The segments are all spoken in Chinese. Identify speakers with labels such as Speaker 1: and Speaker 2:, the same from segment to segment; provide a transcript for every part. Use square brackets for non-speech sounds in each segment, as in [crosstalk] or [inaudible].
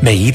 Speaker 1: 每一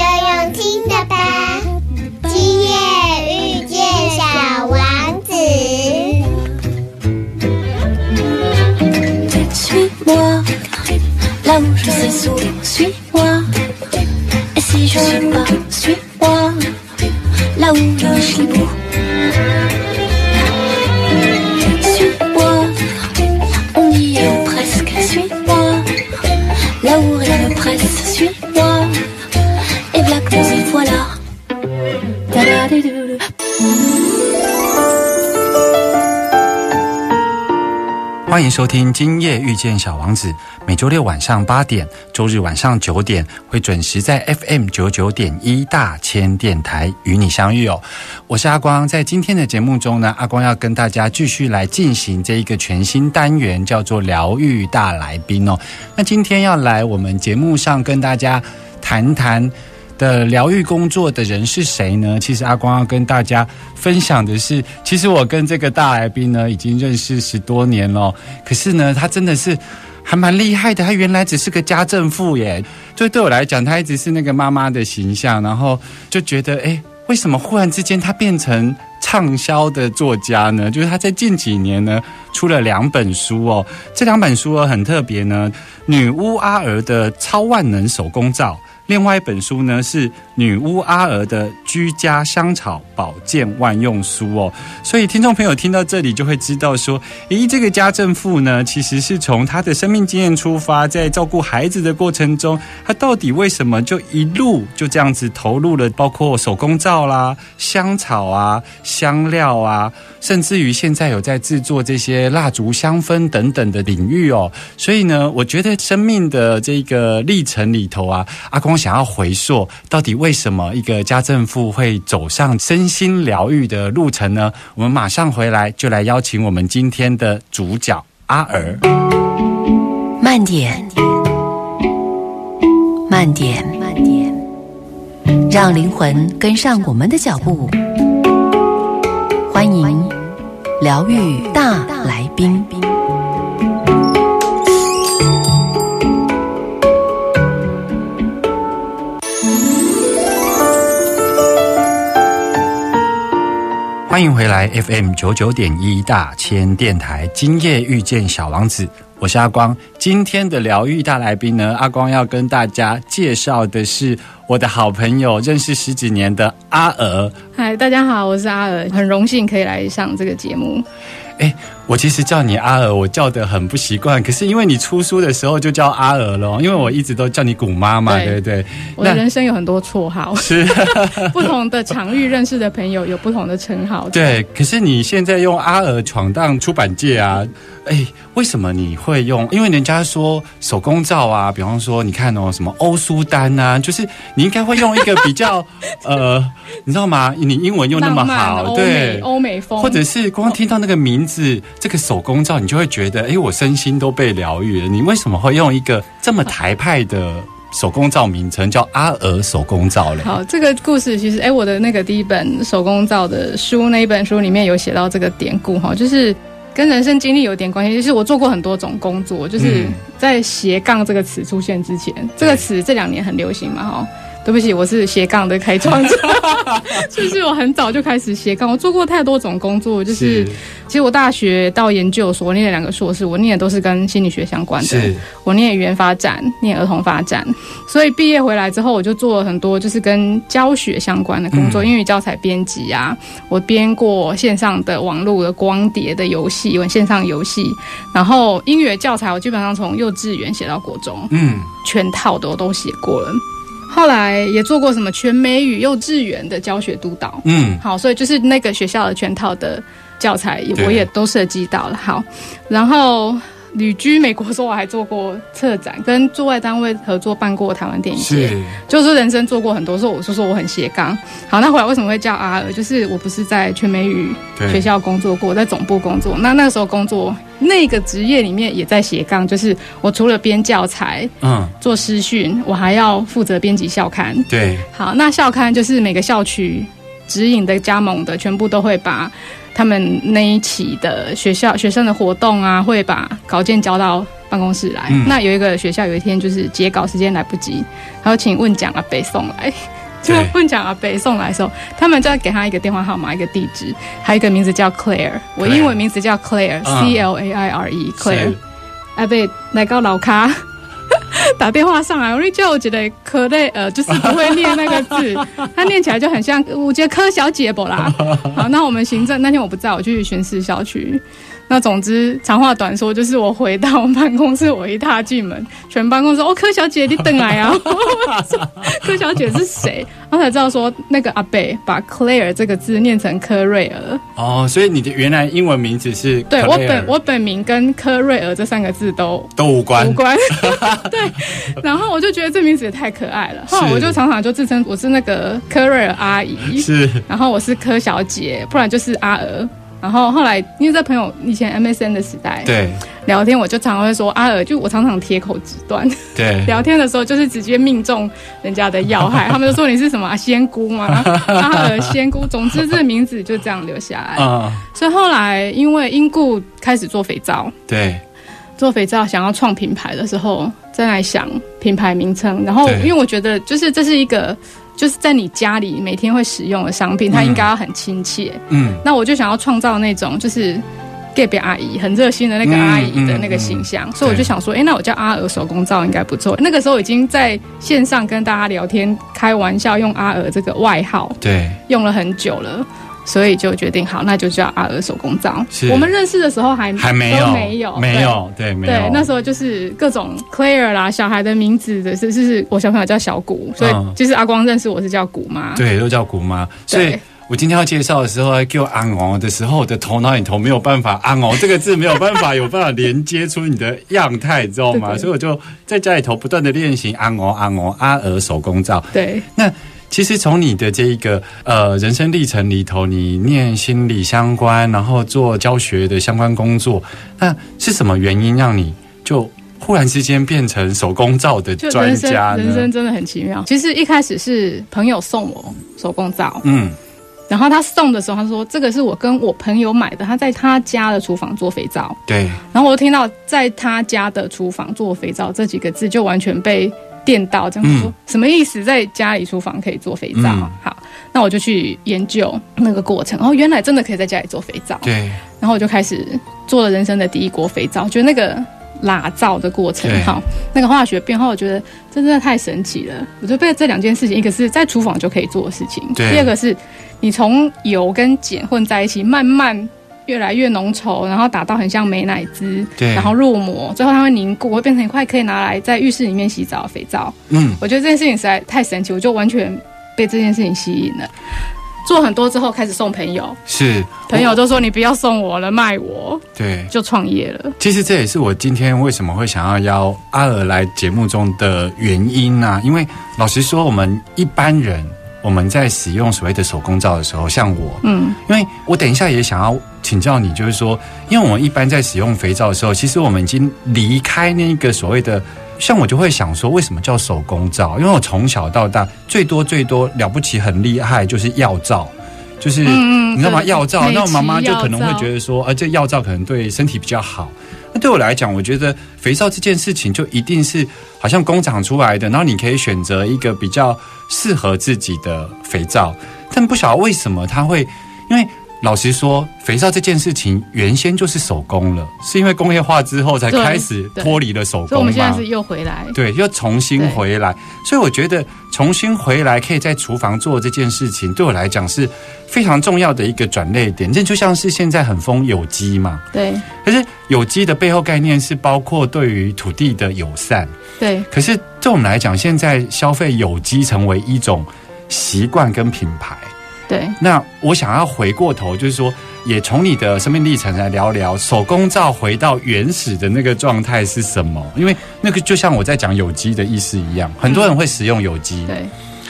Speaker 2: 用听的吧。今夜遇见小王子，
Speaker 3: Suis-moi, là où je sais sourire, suis-moi. Et si je suis pas, suis-moi, là où je me chibou. Suis-moi, on y est presque, suis-moi. Là où rien ne presse, suis-moi. Et Black Music, voilà. Ta-da-da-dou.
Speaker 4: 欢迎收听《今夜遇见小王子》，每周六晚上八点，周日晚上九点会准时在 FM 九九点一大千电台与你相遇哦。我是阿光，在今天的节目中呢，阿光要跟大家继续来进行这一个全新单元，叫做“疗愈大来宾”哦。那今天要来我们节目上跟大家谈谈。的疗愈工作的人是谁呢？其实阿光要跟大家分享的是，其实我跟这个大来宾呢已经认识十多年了，哦可是呢，他真的是还蛮厉害的。他原来只是个家政妇耶，就对我来讲，他一直是那个妈妈的形象，然后就觉得，哎，为什么忽然之间他变成畅销的作家呢？就是他在近几年呢出了两本书哦，这两本书哦很特别呢，《女巫阿尔的超万能手工皂》。另外一本书呢是女巫阿尔的居家香草保健万用书哦，所以听众朋友听到这里就会知道说，咦，这个家政妇呢其实是从她的生命经验出发，在照顾孩子的过程中，她到底为什么就一路就这样子投入了，包括手工皂啦、香草啊、香料啊，甚至于现在有在制作这些蜡烛、香氛等等的领域哦。所以呢，我觉得生命的这个历程里头啊，阿光想要回溯，到底为什么一个家政妇会走上身心疗愈的路程呢？我们马上回来就来邀请我们今天的主角阿尔。
Speaker 5: 慢点，慢点，慢点，让灵魂跟上我们的脚步。欢迎疗愈大来宾。
Speaker 4: 欢迎回来 FM 九九点一大千电台，今夜遇见小王子，我是阿光。今天的疗愈大来宾呢，阿光要跟大家介绍的是我的好朋友，认识十几年的阿尔。
Speaker 6: 嗨，大家好，我是阿尔，很荣幸可以来上这个节目。
Speaker 4: 我其实叫你阿尔，我叫的很不习惯，可是因为你出书的时候就叫阿尔咯，因为我一直都叫你古妈嘛，对
Speaker 6: 对
Speaker 4: 不对？
Speaker 6: 我的
Speaker 4: 那
Speaker 6: 人生有很多绰号，
Speaker 4: 是，
Speaker 6: [laughs] 不同的场域认识的朋友有不同的称号。，
Speaker 4: 对。可是你现在用阿尔闯荡出版界啊，哎，为什么你会用？因为人家说手工皂啊，比方说你看哦，什么欧舒丹啊，就是你应该会用一个比
Speaker 6: [laughs]
Speaker 4: 较呃，你知道吗？你英文又那
Speaker 6: 浪
Speaker 4: 么
Speaker 6: 漫
Speaker 4: 好，
Speaker 6: 欧
Speaker 4: 对
Speaker 6: 美，欧美风，
Speaker 4: 或者是光听到那个名字，这个手工皂，你就会觉得，哎，我身心都被疗愈了。你为什么会用一个这么台派的手工皂名称叫阿尔手工皂嘞？
Speaker 6: 好，这个故事其实，哎、我的那个第一本手工皂的书，那一本书里面有写到这个典故哈，就是跟人生经历有点关系。就是我做过很多种工作，就是
Speaker 4: 嗯
Speaker 6: 在斜杠这个词出现之前，这个词这两年很流行嘛哈。对不起，我是斜杠的开创
Speaker 4: [laughs]
Speaker 6: 者， [laughs] 就是我很早就开始斜杠，我做过太多种工作，就是其实我大学到研究所念了两个硕士，我念的都是跟心理学相关的。
Speaker 4: 是
Speaker 6: 我念语言发展，念儿童发展，所以毕业回来之后，我就做了很多就是跟教学相关的工作，
Speaker 4: 嗯
Speaker 6: 英语教材编辑啊，我编过线上的网络的光碟的游戏，有线上游戏，然后英语的教材我基本上从幼稚园写到国中，
Speaker 4: 嗯，
Speaker 6: 全套的我都写过了。后来也做过什么全美语幼稚园的教学督导，
Speaker 4: 嗯，
Speaker 6: 好，所以就是那个学校的全套的教材，
Speaker 4: 对
Speaker 6: 我也都涉及到了。好，然后旅居美国的时候，我还做过策展，跟驻外单位合作办过台湾电影节，
Speaker 4: 是
Speaker 6: 就是人生做过很多事。所以我就说我很斜杠。好，那回来为什么会叫阿尔？就是我不是在全美语
Speaker 4: 对
Speaker 6: 学校工作过，在总部工作。那那个时候工作那个职业里面也在斜杠，就是我除了编教材、
Speaker 4: 嗯，
Speaker 6: 做师训，我还要负责编辑校刊。
Speaker 4: 对，
Speaker 6: 好，那校刊就是每个校区指引的、加盟的，全部都会把他们那一期的学校学生的活动啊，会把稿件交到办公室来。
Speaker 4: 嗯
Speaker 6: 那有一个学校有一天就是截稿时间来不及，然后请问奖阿北送来。 [laughs] 就
Speaker 4: 对
Speaker 6: 问奖阿北送来的时候，他们就要给他一个电话号码、一个地址，还有一个名字叫 Claire，我
Speaker 4: Claire
Speaker 6: 英文名字叫 Claire，C
Speaker 4: 嗯
Speaker 6: L A I R E， E，Claire
Speaker 4: 是。
Speaker 6: 阿贝来到老卡 [laughs] 打电话上来，我就叫我觉得可累，呃，就是不会念那个字，他念起来就很像我觉得柯小姐不啦。好，那我们行政那天我不在，我去巡视校区。那总之，长话短说，就是我回到办公室，我一踏进门，全办公室哦，柯小姐你等来啊！ [laughs] 我说柯小姐是谁？然后才知道说那个阿贝把 Claire 这个字念成科瑞尔。
Speaker 4: 哦，所以你的原来英文名字是
Speaker 6: 对我
Speaker 4: Claire
Speaker 6: 本我本名跟科瑞尔这三个字都
Speaker 4: 都无关
Speaker 6: 无，
Speaker 4: [laughs]
Speaker 6: 关。对，然后我就觉得这名字也太可爱了，后来
Speaker 4: 是
Speaker 6: 我就常常就自称我是那个科瑞尔阿姨，
Speaker 4: 是
Speaker 6: 然后我是柯小姐，不然就是阿娥。然后后来，因为在朋友以前 MSN 的时代，
Speaker 4: 对
Speaker 6: 聊天，我就常常会说阿娥，就我常常铁口直
Speaker 4: [laughs]
Speaker 6: 断。
Speaker 4: 对
Speaker 6: 聊天的时候就是直接命中人家的
Speaker 4: [laughs]
Speaker 6: 要害，他们就说你是什么、啊、仙姑吗？阿娥仙姑，总之这名字就这样留下来。
Speaker 4: 嗯，
Speaker 6: 所以后来因为因故开始做肥皂，
Speaker 4: 对
Speaker 6: 做肥皂想要创品牌的时候，再来想品牌名称。然后
Speaker 4: 对
Speaker 6: 因为我觉得，就是这是一个就是在你家里每天会使用的商品，它应该要很亲切。
Speaker 4: 嗯
Speaker 6: 那我就想要创造那种就是。给别阿姨很热心的那个阿姨的那个形
Speaker 4: 嗯
Speaker 6: 象，所以我就想说，哎、那我叫阿娥手工皂应该不错。那个时候已经在线上跟大家聊天开玩笑，用阿娥这个外号，
Speaker 4: 对
Speaker 6: 用了很久了，所以就决定好，那就叫阿尔手工皂
Speaker 4: 是。
Speaker 6: 我们认识的时候还
Speaker 4: 还没
Speaker 6: 嗯都
Speaker 4: 有
Speaker 6: 没有
Speaker 4: 没。有对没
Speaker 6: 对对
Speaker 4: 有，
Speaker 6: 那时候就是各种 Claire 啦，小孩的名字的是，就是我小朋友叫小谷，所以
Speaker 4: 嗯
Speaker 6: 就是阿光认识我是叫谷妈。
Speaker 4: 对都叫姑妈，所以
Speaker 6: 对。
Speaker 4: 我今天要介绍的时候，给我安哦的时候，我的头脑里头没有办法安哦这个字没有办法有办法连接出你的样态，你知道吗？
Speaker 6: [laughs] 对对
Speaker 4: 所以我就在家里头不断的练习安哦安哦阿娥手工皂，
Speaker 6: 对
Speaker 4: 那其实从你的这一个呃人生历程里头，你念心理相关，然后做教学的相关工作，那是什么原因让你就忽然之间变成手工皂的
Speaker 6: 就
Speaker 4: 专
Speaker 6: 人生
Speaker 4: 家
Speaker 6: 人
Speaker 4: 呢
Speaker 6: 生？真的很奇妙。其实一开始是朋友送我手工皂，
Speaker 4: 嗯，
Speaker 6: 然后他送的时候他说这个是我跟我朋友买的，他在他家的厨房做肥皂，
Speaker 4: 对，
Speaker 6: 然后我就听到在他家的厨房做肥皂这几个字，就完全被电到，这样子说、
Speaker 4: 嗯
Speaker 6: 什么意思？在家里厨房可以做肥皂？
Speaker 4: 嗯
Speaker 6: 好，那我就去研究那个过程。哦，原来真的可以在家里做肥皂。
Speaker 4: 对，
Speaker 6: 然后我就开始做了人生的第一锅肥皂，觉得那个拉皂的过程
Speaker 4: 对，
Speaker 6: 好，那个化学变化，我觉得真的太神奇了。我就被这两件事情，一个是在厨房就可以做的事情，
Speaker 4: 对
Speaker 6: 第二个是你从油跟碱混在一起，慢慢。越来越浓稠，然后打到很像美乃滋，
Speaker 4: 对
Speaker 6: 然后入膜，最后它会凝固，会变成一块可以拿来在浴室里面洗澡的肥皂。
Speaker 4: 嗯，
Speaker 6: 我觉得这件事情实在太神奇，我就完全被这件事情吸引了。做很多之后开始送朋友，
Speaker 4: 是
Speaker 6: 朋友都说你不要送我了，卖我
Speaker 4: 对。
Speaker 6: 就创业了。
Speaker 4: 其实这也是我今天为什么会想要邀阿尔来节目中的原因呐、因为老实说，我们一般人我们在使用所谓的手工皂的时候，像我，
Speaker 6: 嗯，
Speaker 4: 因为我等一下也想要请教你，就是说，因为我们一般在使用肥皂的时候，其实我们已经离开那个所谓的，像我就会想说，为什么叫手工皂？因为我从小到大，最多最多了不起很厉害就是药皂。就是，
Speaker 6: 嗯嗯
Speaker 4: 你知道吗？
Speaker 6: 对
Speaker 4: 药皂，
Speaker 6: 美
Speaker 4: 那我妈妈
Speaker 6: 琪
Speaker 4: 就可能
Speaker 6: 药
Speaker 4: 会
Speaker 6: 皂
Speaker 4: 觉得说，啊，这药皂可能对身体比较好。那对我来讲，我觉得肥皂这件事情就一定是好像工厂出来的，然后你可以选择一个比较适合自己的肥皂。但不晓得为什么它会，因为老实说，肥皂这件事情原先就是手工了，是因为工业化之后才
Speaker 6: 对
Speaker 4: 开始
Speaker 6: 对
Speaker 4: 脱离了手工嘛。
Speaker 6: 所以我们现在是又回来。
Speaker 4: 对，要重新回来。所以我觉得重新回来可以在厨房做这件事情，对我来讲是非常重要的一个转捩点。这就像是现在很疯有机嘛，
Speaker 6: 对
Speaker 4: 可是有机的背后概念是包括对于土地的友善。
Speaker 6: 对
Speaker 4: 可是对我们来讲，现在消费有机成为一种习惯跟品牌。
Speaker 6: 对
Speaker 4: 那我想要回过头，就是说，也从你的生命历程来聊聊手工皂回到原始的那个状态是什么？因为那个就像我在讲有机的意思一样，很多人会使用有机，
Speaker 6: 对，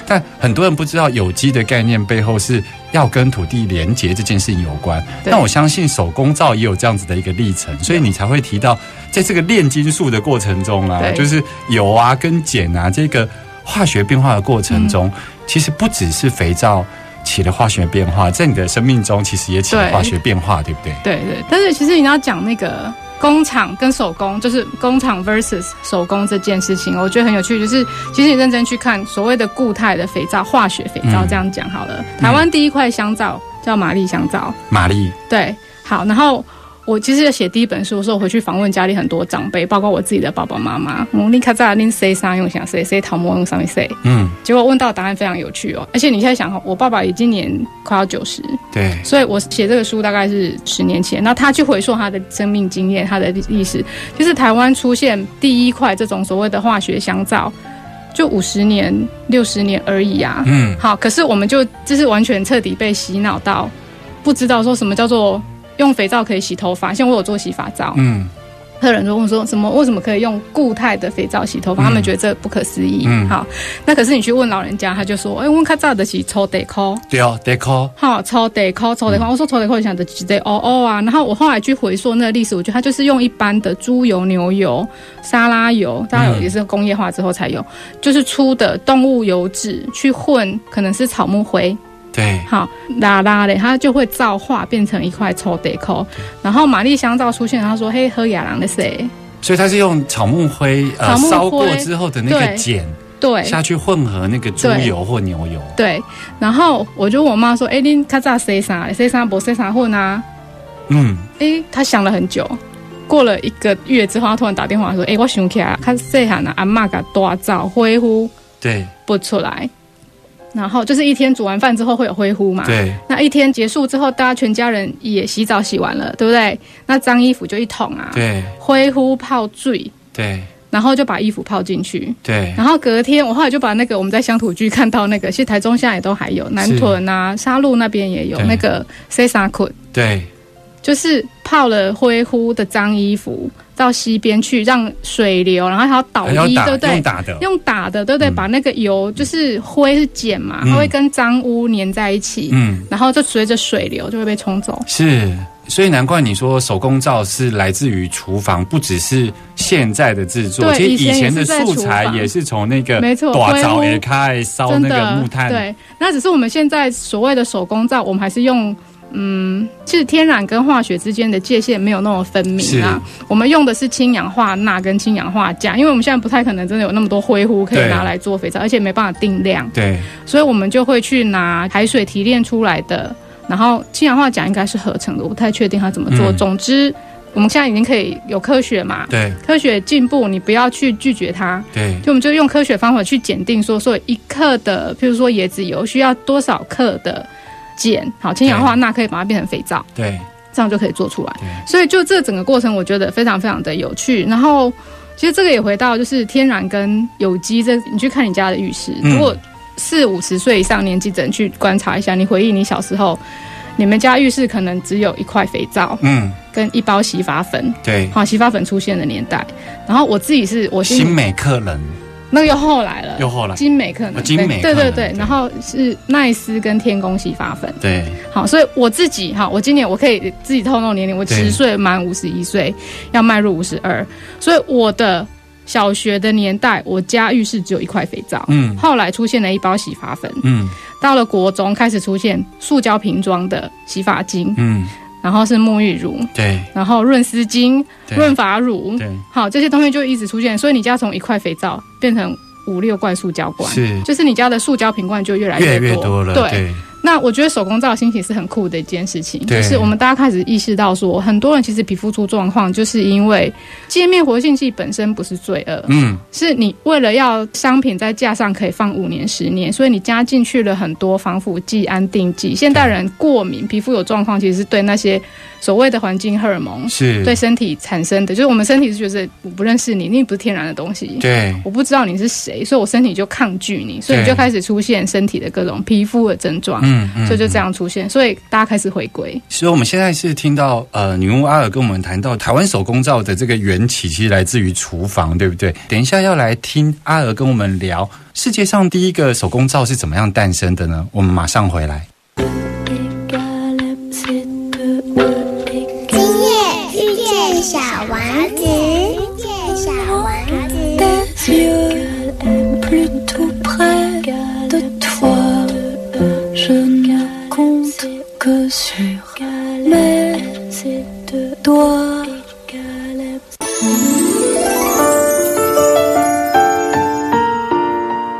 Speaker 4: 但很多人不知道有机的概念背后是要跟土地连结这件事情有关。
Speaker 6: 对
Speaker 4: 但我相信手工皂也有这样子的一个历程，所以你才会提到在这个炼金术的过程中啊，
Speaker 6: 对
Speaker 4: 就是油啊跟碱啊这个化学变化的过程中，
Speaker 6: 嗯
Speaker 4: 其实不只是肥皂。起了化学变化，在你的生命中其实也起了
Speaker 6: 对
Speaker 4: 化学变化，对不对？
Speaker 6: 对对，但是其实你要讲那个工厂跟手工，就是工厂 versus 手工这件事情，我觉得很有趣。就是其实你认真去看所谓的固态的肥皂、化学肥皂，
Speaker 4: 嗯
Speaker 6: 这样讲好了。台湾第一块香皂叫玛丽香皂，
Speaker 4: 玛丽，
Speaker 6: 对，好，然后。我其实写第一本书的时候，我回去访问家里很多长辈，包括我自己的爸爸妈妈。嗯，你卡在恁谁上用想谁谁桃木用上谁，
Speaker 4: 嗯，
Speaker 6: 结果问到答案非常有趣哦。而且你现在想哦，我爸爸也今年快要九十，
Speaker 4: 对，
Speaker 6: 所以我写这个书大概是十年前，那他去回溯他的生命经验、他的历史，就是台湾出现第一块这种所谓的化学香皂，就五十年、六十年而已啊。
Speaker 4: 嗯，
Speaker 6: 好，可是我们就就是完全彻底被洗脑到，不知道说什么叫做用肥皂可以洗头发，像我有做洗发皂，
Speaker 4: 嗯，
Speaker 6: 客人就问说，什么为什么可以用固态的肥皂洗头
Speaker 4: 嗯
Speaker 6: 发？他们觉得这不可思议。
Speaker 4: 嗯
Speaker 6: 好，那可是你去问老人家，他就说，哎、我较早的是抽得抠。
Speaker 4: 对哦，deco，
Speaker 6: 好，抽得扣，抽
Speaker 4: 嗯
Speaker 6: 得扣。我说抽得扣，想的直接哦哦啊。然嗯后我后来去回溯那个历史，我觉得它就是用一般的猪油、牛油、沙拉油，沙拉油
Speaker 4: 嗯
Speaker 6: 也是工业化之后才有，就是粗的动物油脂去混，可能是草木灰，
Speaker 4: 对，
Speaker 6: 好拉拉嘞，它就会皂化变成一块抽得扣。然后玛丽香皂出现，他说嘿，喝亚郎的谁？
Speaker 4: 所以它是用草木灰呃
Speaker 6: 草木灰
Speaker 4: 烧过之后的那个
Speaker 6: 对
Speaker 4: 碱
Speaker 6: 对，
Speaker 4: 下去混合那个猪
Speaker 6: 对
Speaker 4: 油或牛油，
Speaker 6: 对，然后我就问我妈说：“哎、你较早洗啥？洗啥不洗啥混啊
Speaker 4: 嗯，？”
Speaker 6: 哎、她想了很久，过了一个月之后，她突然打电话说：“哎、我想起来，她细汉啊，阿嬷给大灶灰呼
Speaker 4: 对
Speaker 6: 不出来，然后就是一天煮完饭之后会有灰呼嘛。
Speaker 4: 对，
Speaker 6: 那一天结束之后，大家全家人也洗澡洗完了，对不对？那脏衣服就一桶啊，
Speaker 4: 对
Speaker 6: 灰呼泡醉，
Speaker 4: 对
Speaker 6: 然后就把衣服泡进去。
Speaker 4: 对
Speaker 6: 然后隔天，我后来就把那个我们在乡土剧看到那个，其实台中现在也都还有，南屯啊、沙鹿那边也有
Speaker 4: 对
Speaker 6: 那个 C 沙捆，
Speaker 4: 对，
Speaker 6: 就是泡了灰乎的脏衣服到溪边去，让水流，然后还要
Speaker 4: 还要
Speaker 6: 倒衣，
Speaker 4: 打
Speaker 6: 对不
Speaker 4: 用
Speaker 6: 对？
Speaker 4: 打的，
Speaker 6: 用打的，对不对？
Speaker 4: 嗯
Speaker 6: 把那个油就是灰是碱嘛，
Speaker 4: 嗯
Speaker 6: 它会跟脏污粘在一起，
Speaker 4: 嗯，
Speaker 6: 然后就随着水流就会被冲走。
Speaker 4: 是，所以难怪你说手工皂是来自于厨房，不只是现在的制作，
Speaker 6: 对
Speaker 4: 其实
Speaker 6: 以
Speaker 4: 以
Speaker 6: 前也
Speaker 4: 前的
Speaker 6: 是在
Speaker 4: 素
Speaker 6: 厨
Speaker 4: 材
Speaker 6: 房
Speaker 4: 也是从那个
Speaker 6: 没错
Speaker 4: 短
Speaker 6: 灰
Speaker 4: 灶
Speaker 6: 屋
Speaker 4: 也开烧
Speaker 6: 真
Speaker 4: 那
Speaker 6: 的
Speaker 4: 个木炭，
Speaker 6: 对，那只是我们现在所谓的手工皂，我们还是用。嗯，其实天然跟化学之间的界限没有那么分明啊。我们用的是氢氧化钠跟氢氧化钾，因为我们现在不太可能真的有那么多灰乎可
Speaker 4: 对
Speaker 6: 以拿来做肥皂，而且没办法定量，
Speaker 4: 对
Speaker 6: 所以我们就会去拿海水提炼出来的，然后氢氧化钾应该是合成的，我不太确定它怎么做。
Speaker 4: 嗯
Speaker 6: 总之，我们现在已经可以有科学嘛，
Speaker 4: 对
Speaker 6: 科学进步，你不要去拒绝它，
Speaker 4: 对
Speaker 6: 就我们就用科学方法去检定说，说一克的，譬如说椰子油需要多少克的碱，好，氢氧化钠可以把它变成肥皂，
Speaker 4: 对
Speaker 6: 这样就可以做出来
Speaker 4: 对。
Speaker 6: 所以就这整个过程，我觉得非常非常的有趣。然后其实这个也回到就是天然跟有机这，你去看你家的浴室，
Speaker 4: 嗯
Speaker 6: 如果四五十岁以上年纪的人去观察一下，你回忆你小时候，你们家浴室可能只有一块肥皂
Speaker 4: 嗯
Speaker 6: 跟一包洗发粉。哦
Speaker 4: 对，
Speaker 6: 好，洗发粉出现的年代，然后我自己是我
Speaker 4: 新
Speaker 6: 心
Speaker 4: 美客人
Speaker 6: 那个又后来了，
Speaker 4: 又后来，
Speaker 6: 金美可能，
Speaker 4: 金美克
Speaker 6: 对对
Speaker 4: 能
Speaker 6: 对
Speaker 4: 对，
Speaker 6: 然后是奈斯跟天宫洗发粉。
Speaker 4: 对
Speaker 6: 好，所以我自己哈，我今年我可以自己透露年龄，我
Speaker 4: 对
Speaker 6: 十岁满五十一岁，要迈入五十二，所以我的小学的年代，我家浴室只有一块肥皂，
Speaker 4: 嗯
Speaker 6: 后来出现了一包洗发粉，
Speaker 4: 嗯
Speaker 6: 到了国中开始出现塑胶瓶装的洗发精，
Speaker 4: 嗯
Speaker 6: 然后是沐浴乳，
Speaker 4: 对
Speaker 6: 然后润丝巾、
Speaker 4: 对
Speaker 6: 润发乳，
Speaker 4: 对
Speaker 6: 好，这些东西就一直出现，所以你家从一块肥皂变成五六罐塑胶罐，
Speaker 4: 是
Speaker 6: 就是你家的塑胶瓶罐就越来
Speaker 4: 越来
Speaker 6: 越
Speaker 4: 越多了，
Speaker 6: 对，那我觉得手工皂兴起是很酷的一件事情，
Speaker 4: 对
Speaker 6: 就是我们大家开始意识到说，很多人其实皮肤出状况，就是因为界面活性剂本身不是罪恶，
Speaker 4: 嗯
Speaker 6: 是你为了要商品在架上可以放五年、十年，所以你加进去了很多防腐剂、安定剂。现代人过敏、皮肤有状况，其实是对那些所谓的环境荷尔蒙
Speaker 4: 是，
Speaker 6: 对身体产生的，就是我们身体是觉得我不认识你，你不是天然的东西，
Speaker 4: 对
Speaker 6: 我不知道你是谁，所以我身体就抗拒你，所以你
Speaker 4: 对
Speaker 6: 就开始出现身体的各种皮肤的症状。
Speaker 4: 嗯嗯
Speaker 6: 所以就这样出现，所以大家开始回归。
Speaker 4: 所以我们现在是听到呃，女巫阿尔跟我们谈到台湾手工皂的这个缘起，其实来自于厨房，对不对？等一下要来听阿尔跟我们聊世界上第一个手工皂是怎么样诞生的呢？我们马上回来。
Speaker 2: 今夜遇见小王子，遇见小王子。
Speaker 3: Tes yeux aiment plus tout près de toi. Je ne compte que sur mes doigts.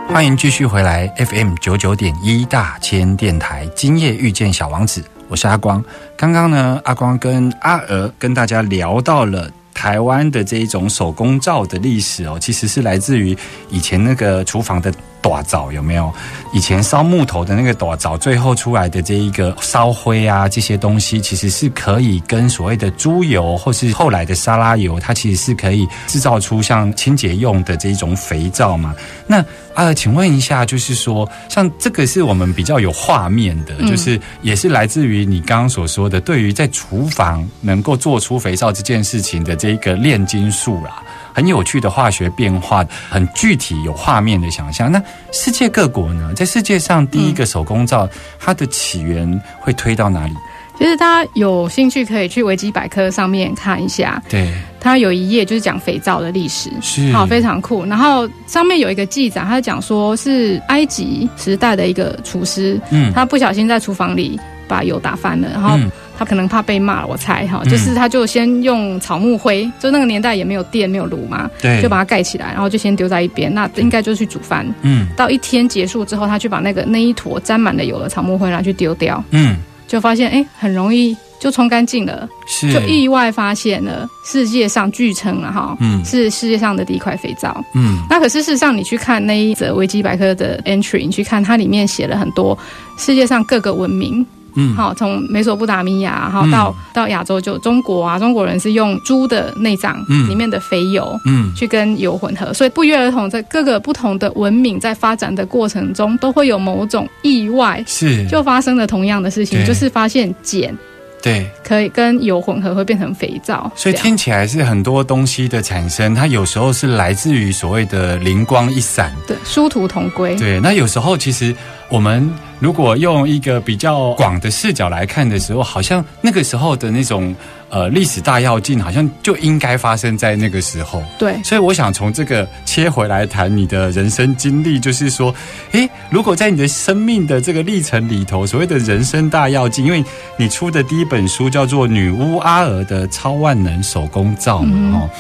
Speaker 4: 欢迎继续回来 FM 九九点一大千电台，今夜遇见小王子，我是阿光。刚刚呢，阿光跟阿娥跟大家聊到了。台湾的这一种手工皂的历史哦，其实是来自于以前那个厨房的短皂，有没有？以前烧木头的那个短皂，最后出来的这一个烧灰啊，这些东西其实是可以跟所谓的猪油或是后来的沙拉油，它其实是可以制造出像清洁用的这一种肥皂嘛。那啊，请问一下，就是说，像这个是我们比较有画面的，就是也是来自于你刚刚所说的，对于在厨房能够做出肥皂这件事情的这一个炼金术啦，很有趣的化学变化，很具体有画面的想象。那世界各国呢，在世界上第一个手工皂，它的起源会推到哪里？
Speaker 6: 其实大家有兴趣可以去维基百科上面看一下，
Speaker 4: 对，
Speaker 6: 它有一页就是讲肥皂的历史，
Speaker 4: 是
Speaker 6: 好，非常酷。然后上面有一个记载，他讲说是埃及时代的一个厨师，
Speaker 4: 嗯
Speaker 6: 他不小心在厨房里把油打翻了，然后
Speaker 4: 嗯
Speaker 6: 他可能怕被骂，我猜哈，
Speaker 4: 嗯
Speaker 6: 就是他就先用草木灰，就那个年代也没有电没有炉嘛，
Speaker 4: 对，
Speaker 6: 就把它盖起来，然后就先丢在一边，那应该就是去煮饭。
Speaker 4: 嗯
Speaker 6: 到一天结束之后，他去把那个那一坨沾满了油的草木灰拿去丢掉，
Speaker 4: 嗯
Speaker 6: 就发现哎、诶很容易就冲干净了，
Speaker 4: 是
Speaker 6: 就意外发现了世界上据称了哈，
Speaker 4: 嗯
Speaker 6: 是世界上的第一块肥皂。
Speaker 4: 嗯
Speaker 6: 那可是事实上，你去看那一则维基百科的 entry，你去看它里面写了很多世界上各个文明，
Speaker 4: 嗯
Speaker 6: 好，从美索不达米亚，好
Speaker 4: 嗯
Speaker 6: 到、到亚洲就中国啊，中国人是用猪的内脏
Speaker 4: 嗯
Speaker 6: 里面的肥油。
Speaker 4: 嗯
Speaker 6: 去跟油混合，所以不约而同，在各个不同的文明在发展的过程中，都会有某种意外
Speaker 4: 是
Speaker 6: 就发生了同样的事情，
Speaker 4: 对
Speaker 6: 就是发现碱
Speaker 4: 对。
Speaker 6: 可以跟油混合会变成肥皂，
Speaker 4: 所以
Speaker 6: 这样
Speaker 4: 听起来是很多东西的产生，它有时候是来自于所谓的灵光一闪。
Speaker 6: 对殊途同归。
Speaker 4: 对，那有时候其实我们如果用一个比较广的视角来看的时候，好像那个时候的那种呃历史大跃进，好像就应该发生在那个时候。
Speaker 6: 对，
Speaker 4: 所以我想从这个切回来谈你的人生经历，就是说，诶，如果在你的生命的这个历程里头，所谓的人生大要进，因为你出的第一本书叫做《女巫阿尔的超万能手工皂》嘛，哦。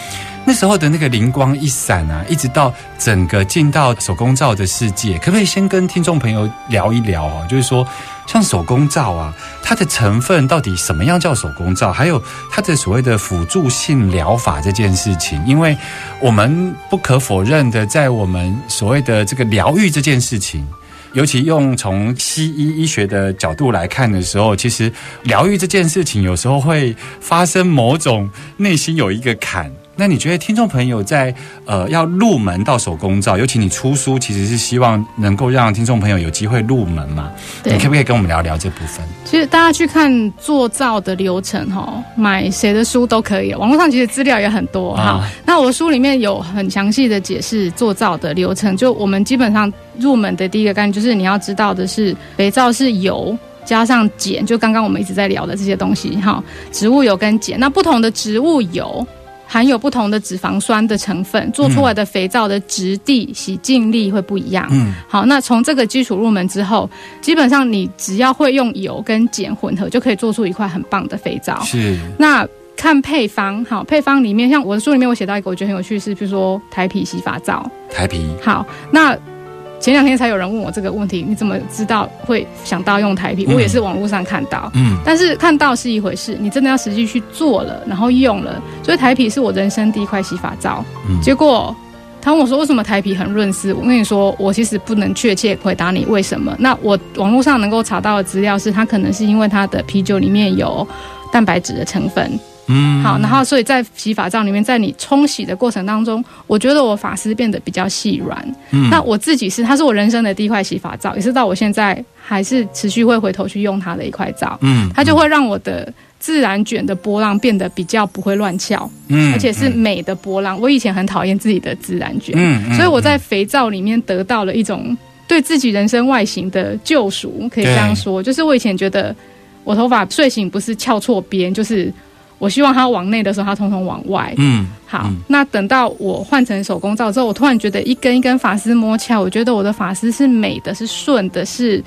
Speaker 4: 那时候的那个灵光一闪啊，一直到整个进到手工皂的世界，可不可以先跟听众朋友聊一聊哦？就是说，像手工皂啊，它的成分到底什么样叫手工皂？还有它的所谓的辅助性疗法这件事情，因为我们不可否认的，在我们所谓的这个疗愈这件事情。尤其用从西医医学的角度来看的时候，其实疗愈这件事情有时候会发生某种内心有一个坎。那你觉得听众朋友在呃要入门到手工皂，尤其你出书，其实是希望能够让听众朋友有机会入门嘛？
Speaker 6: 对
Speaker 4: 你可不可以跟我们聊聊这部分？
Speaker 6: 其实大家去看做皂的流程哦，买谁的书都可以，网络上其实资料也很多哈、
Speaker 4: 啊
Speaker 6: 那我书里面有很详细的解释做皂的流程，就我们基本上入门的第一个概念就是你要知道的是，肥皂是油。加上碱，就刚刚我们一直在聊的这些东西哈，植物油跟碱。那不同的植物油含有不同的脂肪酸的成分，做出来的肥皂的质地、洗净力会不一样。
Speaker 4: 嗯，
Speaker 6: 好，那从这个基础入门之后，基本上你只要会用油跟碱混合，就可以做出一块很棒的肥皂。
Speaker 4: 是，
Speaker 6: 那看配方，好，配方里面像我的书里面我写到一个我觉得很有趣是，比如说台皮洗发皂。
Speaker 4: 台皮
Speaker 6: 好，那前两天才有人问我这个问题，你怎么知道会想到用台皮？
Speaker 4: 嗯
Speaker 6: 我也是网络上看到。
Speaker 4: 嗯
Speaker 6: 但是看到是一回事，你真的要实际去做了，然后用了，所以台皮是我人生第一块洗发皂。
Speaker 4: 嗯
Speaker 6: 结果他问我说为什么台皮很润湿，我跟你说，我其实不能确切回答你为什么。那我网络上能够查到的资料是，它可能是因为它的啤酒里面有蛋白质的成分。嗯，好，然后所以在洗发皂里面，在你冲洗的过程当中，我觉得我发丝变得比较细软。嗯，那我自己是，它是我人生的第一块洗发皂，也是到我现在还是持续会回头去用它的一块皂。
Speaker 4: 嗯，
Speaker 6: 它就会让我的自然卷的波浪变得比较不会乱翘，
Speaker 4: 嗯
Speaker 6: 而且是美的波浪。我以前很讨厌自己的自然卷，
Speaker 4: 嗯嗯
Speaker 6: 所以我在肥皂里面得到了一种对自己人生外形的救赎，可以这样说。就是我以前觉得我头发睡醒不是翘错边，就是我希望它往内的时候，它通通往外。
Speaker 4: 嗯
Speaker 6: 好，
Speaker 4: 嗯
Speaker 6: 那等到我换成手工皂之后，我突然觉得一根一根发丝摸起来，我觉得我的发丝是美的，是顺的，是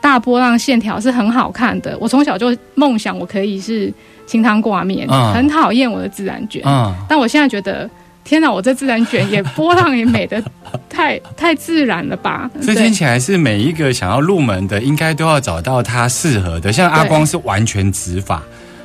Speaker 6: 大波浪线条，是很好看的。我从小就梦想我可以是清汤挂面，
Speaker 4: 嗯
Speaker 6: 很讨厌我的自然卷，
Speaker 4: 嗯
Speaker 6: 但我现在觉得。天哪，我这自然卷也波浪也美的太 [laughs] 太自然
Speaker 4: [laughs]
Speaker 6: 了吧？
Speaker 4: 所以听
Speaker 6: 对
Speaker 4: 起来是每一个想要入门的，应该都要找到他适合的。像阿
Speaker 6: 对
Speaker 4: 光是完全直发，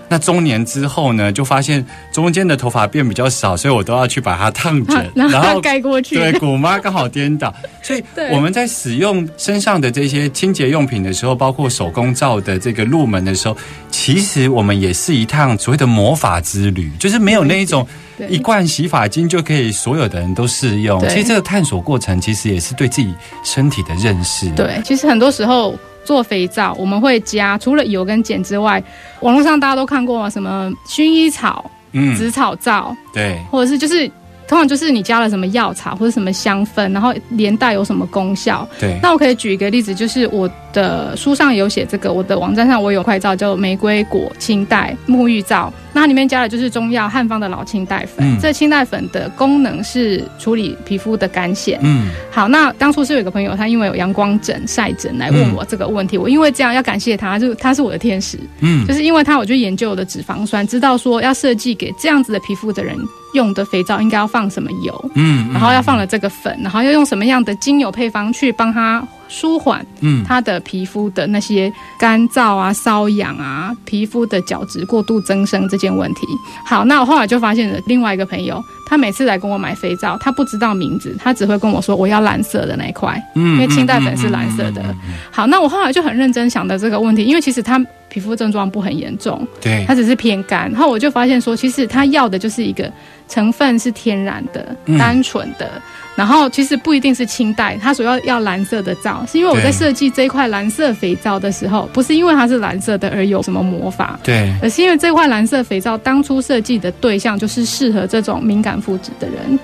Speaker 4: 那中年之后呢，就发现中间的头发变比较少，所以我都要去把它烫
Speaker 6: [laughs]
Speaker 4: 卷，
Speaker 6: 然
Speaker 4: 然
Speaker 6: 后
Speaker 4: 后
Speaker 6: 盖过去，
Speaker 4: 对，古妈刚好颠倒，所以
Speaker 6: [laughs] 对
Speaker 4: 我们在使用身上的这些清洁用品的时候，包括手工皂的这个入门的时候，其实我们也是一趟所谓的魔法之旅，就是没有那一种
Speaker 6: 对
Speaker 4: 一罐洗发精就可以所有的人都适用。
Speaker 6: 对
Speaker 4: 其实这个探索过程，其实也是对自己身体的认识。，
Speaker 6: 对，其实很多时候做肥皂，我们会加除了油跟碱之外，网络上大家都看过嘛，什么薰衣草、
Speaker 4: 嗯，
Speaker 6: 紫草皂，
Speaker 4: 对，
Speaker 6: 或者是就是通常就是你加了什么药草或者什么香氛，然后连带有什么功效。
Speaker 4: 对，
Speaker 6: 那我可以举一个例子，就是我的书上有写这个，我的网站上我有块皂叫玫瑰果清代沐浴皂，那它里面加的就是中药汉方的老清代粉。
Speaker 4: 嗯
Speaker 6: 这清代粉的功能是处理皮肤的干癣。
Speaker 4: 嗯
Speaker 6: 好，那当初是有一个朋友，他因为有阳光疹、晒疹来问我这个问题，我因为这样要感谢他，就是他是我的天使，
Speaker 4: 嗯
Speaker 6: 就，是因为他我就研究了脂肪酸，知道说要设计给这样子的皮肤的人用的肥皂应该要放什么油，
Speaker 4: 嗯，
Speaker 6: 然后要放了这个粉，然后要用什么样的精油配方去帮他舒缓
Speaker 4: 嗯
Speaker 6: 他的皮肤的那些干燥啊、瘙痒啊、皮肤的角质过度增生这件问题。好，那我后来就发现了另外一个朋友，他每次来跟我买肥皂，他不知道名字，他只会跟我说我要蓝色的那一块，
Speaker 4: 嗯
Speaker 6: 因为清代粉是蓝色的。好，那我后来就很认真想的这个问题，因为其实他皮肤症状不很严重，
Speaker 4: 对
Speaker 6: 它，只是偏干。然后我就发现说，其实它要的就是一个成分是天然的、
Speaker 4: 嗯
Speaker 6: 单纯的，然后其实不一定是清代，它所要要蓝色的皂，是因为我在
Speaker 4: 对
Speaker 6: 设计这一块蓝色肥皂的时候，不是因为它是蓝色的而有什么魔法。
Speaker 4: 对，
Speaker 6: 而呃是因为这块蓝色肥皂当初设计的对象就是适合这种敏感肤质的人，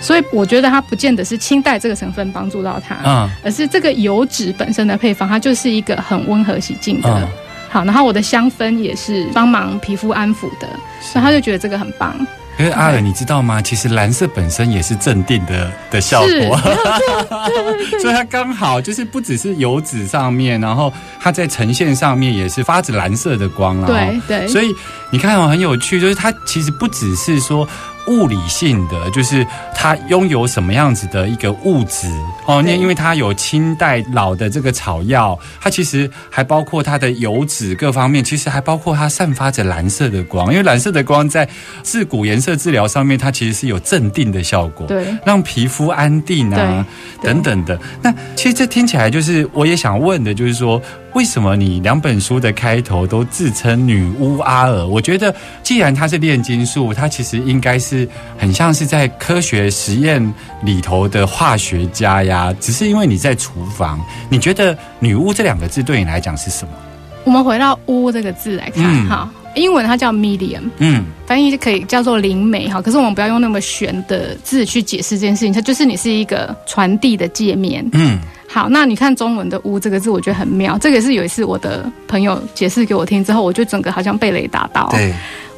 Speaker 6: 所以我觉得它不见得是清代这个成分帮助到它，
Speaker 4: 嗯
Speaker 6: 而是这个油脂本身的配方，它就是一个很温和洗净的。
Speaker 4: 嗯，
Speaker 6: 好，然后我的香氛也是帮忙皮肤安抚的，所以他就觉得这个很棒。
Speaker 4: 因为阿尔，你知道吗？其实蓝色本身也是镇定的的效 [laughs]
Speaker 6: 是
Speaker 4: 果。所以它刚好就是不只是油脂上面，然后它在呈现上面也是发着蓝色的光啦、
Speaker 6: 对对，
Speaker 4: 所以你看哦，很有趣，就是它其实不只是说物理性的，就是它拥有什么样子的一个物质哦，那
Speaker 6: 对
Speaker 4: 因为它有清代老的这个草药，它其实还包括它的油脂各方面，其实还包括它散发着蓝色的光，因为蓝色的光在治骨颜色治疗上面，它其实是有镇定的效果。 [laughs]
Speaker 6: 对
Speaker 4: 让皮肤安定啊，
Speaker 6: 对对
Speaker 4: 等等的。那其实这听起来就是我也想问的，就是说为什么你两本书的开头都自称女巫阿尔？我觉得既然它是炼金术，它其实应该是很像是在科学实验里头的化学家呀。只是因为你在厨房，你觉得女巫这两个字对你来讲是什么？
Speaker 6: 我们回到“乌”这个字来看
Speaker 4: 嗯
Speaker 6: 哈、英文它叫 medium，
Speaker 4: 嗯
Speaker 6: 翻译就可以叫做灵媒哈。可是我们不要用那么玄的字去解释这件事情，它就是你是一个传递的界面。
Speaker 4: 嗯
Speaker 6: 好，那你看中文的“乌”这个字，我觉得很妙。这个是有一次我的朋友解释给我听之后，我就整个好像被雷打到。
Speaker 4: 对，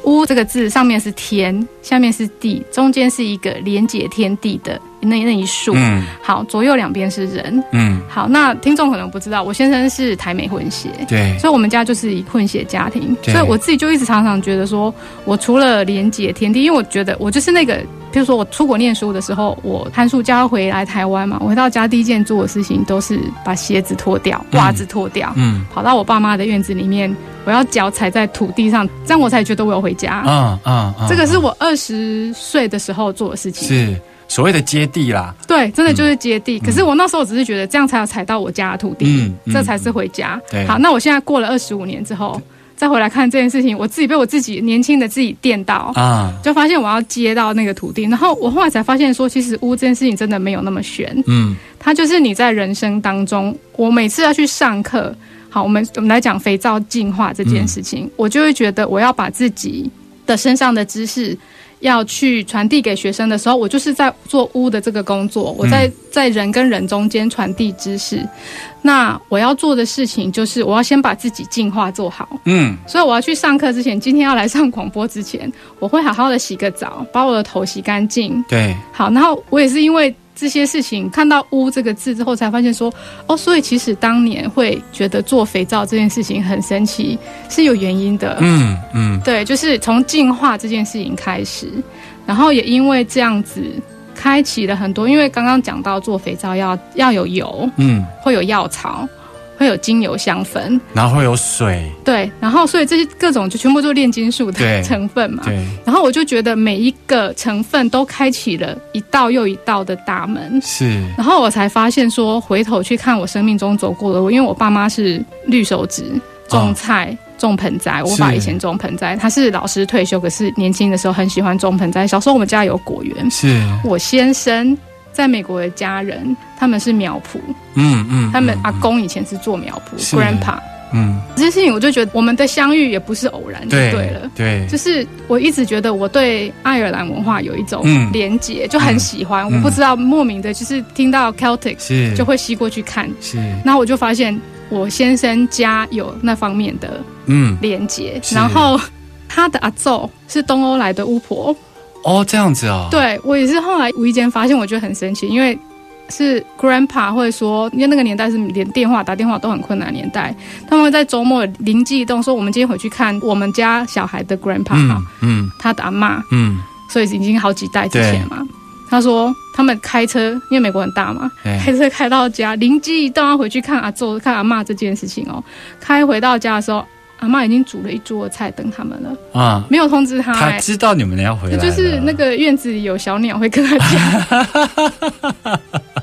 Speaker 6: 屋这个字上面是天，下面是地，中间是一个连接天地的那那一竖。
Speaker 4: 嗯
Speaker 6: 好，左右两边是人。
Speaker 4: 嗯
Speaker 6: 好，那听众可能不知道，我先生是台美混血。
Speaker 4: 对，
Speaker 6: 所以，我们家就是一混血家庭，
Speaker 4: 对
Speaker 6: 所以我自己就一直常常觉得说，我除了连接天地，因为我觉得我就是那个，比如说我出国念书的时候，我寒暑假回来台湾嘛，我回到家第一件做的事情都是把鞋子脱掉，袜子脱掉，
Speaker 4: 嗯
Speaker 6: 跑到我爸妈的院子里面，我要脚踩在土地上，这样我才觉得我有回家。
Speaker 4: 啊啊啊，
Speaker 6: 这个是我二十岁的时候做的事情，
Speaker 4: 是所谓的接地啦，
Speaker 6: 对，真的就是接地。可是我那时候只是觉得这样才有踩到我家的土地，
Speaker 4: 嗯嗯嗯
Speaker 6: 这才是回家。
Speaker 4: 对
Speaker 6: 好，那我现在过了二十五年之后，再回来看这件事情，我自己被我自己年轻的自己电到，
Speaker 4: 啊，
Speaker 6: 就发现我要接到那个土地。然后我后来才发现说，其实屋这件事情真的没有那么悬，
Speaker 4: 嗯，
Speaker 6: 它就是你在人生当中，我每次要去上课，好，我们我们来讲肥皂净化这件事情，我就会觉得我要把自己的身上的知识。要去传递给学生的时候，我就是在做屋的这个工作，我在、在人跟人中间传递知识。那我要做的事情就是，我要先把自己净化做好。
Speaker 4: 嗯，
Speaker 6: 所以我要去上课之前，今天要来上广播之前，我会好好的洗个澡，把我的头洗干净。
Speaker 4: 对，
Speaker 6: 好，然后我也是因为这些事情，看到“污”这个字之后，才发现说，哦，所以其实当年会觉得做肥皂这件事情很神奇，是有原因的。
Speaker 4: 嗯嗯
Speaker 6: 对，就是从进化这件事情开始，然后也因为这样子，开启了很多。因为刚刚讲到做肥皂要要有油，
Speaker 4: 嗯，
Speaker 6: 会有药草，会有精油香氛，
Speaker 4: 然后会有水，
Speaker 6: 对，然后所以这些各种就全部都是炼金术
Speaker 4: 对
Speaker 6: 的成分嘛。
Speaker 4: 对，
Speaker 6: 然后我就觉得每一个成分都开启了一道又一道的大门，
Speaker 4: 是，
Speaker 6: 然后我才发现说，回头去看我生命中走过的路，因为我爸妈是绿手指种菜。种盆栽，我爸
Speaker 4: 啊是
Speaker 6: 以前种盆栽，他是老师退休，可是年轻的时候很喜欢种盆栽。小时候我们家有果园，
Speaker 4: 是，
Speaker 6: 我先生在美国的家人，他们是苗圃，
Speaker 4: 嗯嗯，
Speaker 6: 他们
Speaker 4: 嗯
Speaker 6: 阿，公以前是做苗圃
Speaker 4: 是
Speaker 6: ，grandpa。
Speaker 4: 嗯，
Speaker 6: 这件事情我就觉得我们的相遇也不是偶然，就
Speaker 4: 对
Speaker 6: 对了。
Speaker 4: 对，
Speaker 6: 就是我一直觉得我对爱尔兰文化有一种
Speaker 4: 嗯
Speaker 6: 连结，就很喜欢。
Speaker 4: 嗯
Speaker 6: 我不知道莫名的，就是听到 Celtic
Speaker 4: 是
Speaker 6: 就会吸过去看，
Speaker 4: 是，
Speaker 6: 然后我就发现我先生家有那方面的
Speaker 4: 嗯，
Speaker 6: 连结，
Speaker 4: 是
Speaker 6: 然后他的阿奏是东欧来的巫婆，
Speaker 4: 哦，这样子哦，，
Speaker 6: 对我也是后来无意间发现，我觉得很神奇，因为。是 grandpa 会说，因为那个年代是连电话打电话都很困难的年代，他们会在周末灵机一动说，我们今天回去看我们家小孩的 grandpa，、
Speaker 4: 嗯嗯
Speaker 6: 他的阿妈，
Speaker 4: 嗯，
Speaker 6: 所以已经好几代之前嘛。他说他们开车，因为美国很大嘛，
Speaker 4: 对，
Speaker 6: 开车开到家，灵机一动要回去看阿周、看阿嬷这件事情哦。开回到家的时候，阿嬷已经煮了一桌的菜等他们了，
Speaker 4: 啊，
Speaker 6: 没有通知他、
Speaker 4: 他
Speaker 6: 哎
Speaker 4: 知道你们要回来
Speaker 6: 那
Speaker 4: 了，
Speaker 6: 就是那个院子里有小鸟会跟他讲，
Speaker 4: 嗯 [laughs]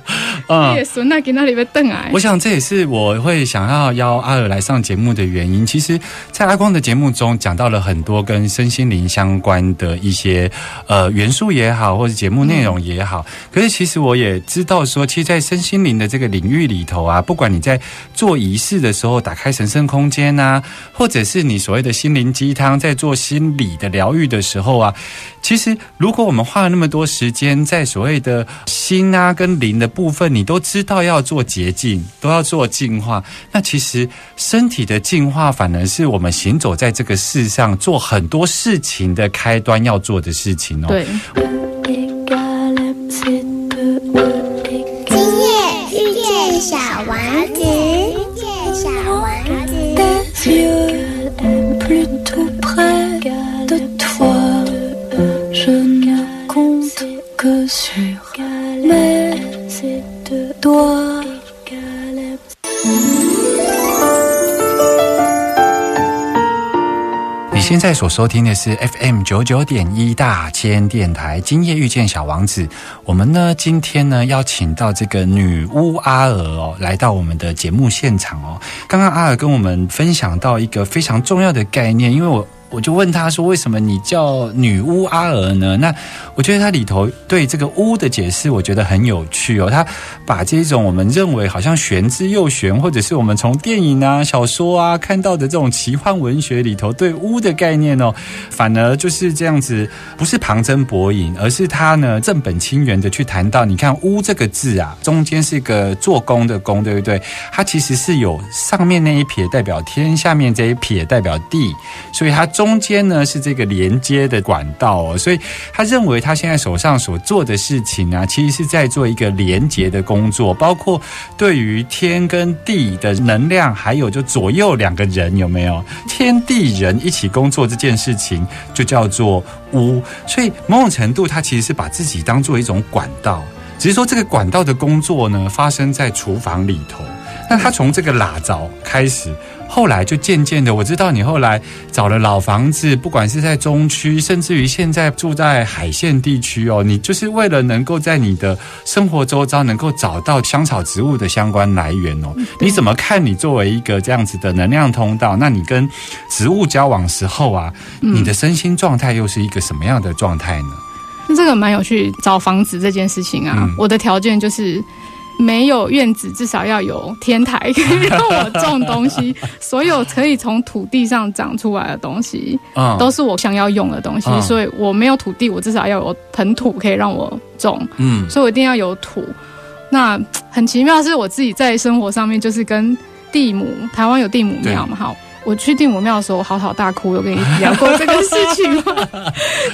Speaker 6: 也孙那给那里被瞪哎
Speaker 4: 我。想这也是我会想要邀阿尔来上节目的原因。其实，在阿光的节目中讲到了很多跟身心灵相关的一些呃元素也好，或者节目内容也好。可是，其实我也知道说，其实，在身心灵的这个领域里头啊，不管你在做仪式的时候打开神圣空间啊，或者是你所谓的心灵鸡汤，在做心理的疗愈的时候啊，其实，如果我们花了那么多时间在所谓的心啊跟灵的部分，你都知道要做洁净，都要做净化，那其实身体的净化反而是我们行走在这个世上做很多事情的开端要做的事情哦。，
Speaker 6: 对，
Speaker 3: Égal M, c'est deux E égale
Speaker 2: 今夜遇见小王子，遇见小王子。
Speaker 3: tes yeux. M plus tout près de toi. Je ne compte que sur mes doigts.
Speaker 4: 你现在所收听的是 FM 九九点一大千电台《今夜遇见小王子》。我们呢，今天呢邀请到这个女巫阿尔哦，来到我们的节目现场哦。刚刚阿尔跟我们分享到一个非常重要的概念，因为我。我就问他说：“为什么你叫女巫阿尔呢？”那我觉得它里头对这个“巫”的解释，我觉得很有趣哦。他把这种我们认为好像玄之又玄，或者是我们从电影啊、小说啊看到的这种奇幻文学里头对“巫”的概念哦，反而就是这样子，不是旁征博引，而是他呢正本清源的去谈到。你看“巫”这个字啊，中间是一个做工的“工”，对不对？它其实是有上面那一撇代表天，下面这一撇代表地，所以它中间呢是这个连接的管道哦。所以他认为他现在手上所做的事情啊，其实是在做一个连接的工作，包括对于天跟地的能量，还有就左右两个人有没有天地人一起工作这件事情，就叫做巫。所以某种程度，他其实是把自己当做一种管道。只是说这个管道的工作呢，发生在厨房里头。那他从这个喇凿开始，后来就渐渐的，我知道你后来找了老房子，不管是在中区，甚至于现在住在海线地区哦，你就是为了能够在你的生活周遭能够找到香草植物的相关来源哦。你怎么看你作为一个这样子的能量通道？那你跟植物交往时候啊，你的身心状态又是一个什么样的状态呢？
Speaker 6: 那这个蛮有趣，找房子这件事情啊，
Speaker 4: 嗯
Speaker 6: 我的条件就是。没有院子，至少要有天台，可以 [laughs] 让我种东西。所有可以从土地上长出来的东西，
Speaker 4: 嗯
Speaker 6: 都是我想要用的东西。
Speaker 4: 嗯
Speaker 6: 所以我没有土地，我至少要有盆土可以让我种。
Speaker 4: 嗯
Speaker 6: 所以我一定要有土。那很奇妙的是我自己在生活上面就是跟地母，台湾有地母庙嘛，好。我去地母庙的时候，我嚎啕大哭，有跟你聊过这个事情吗？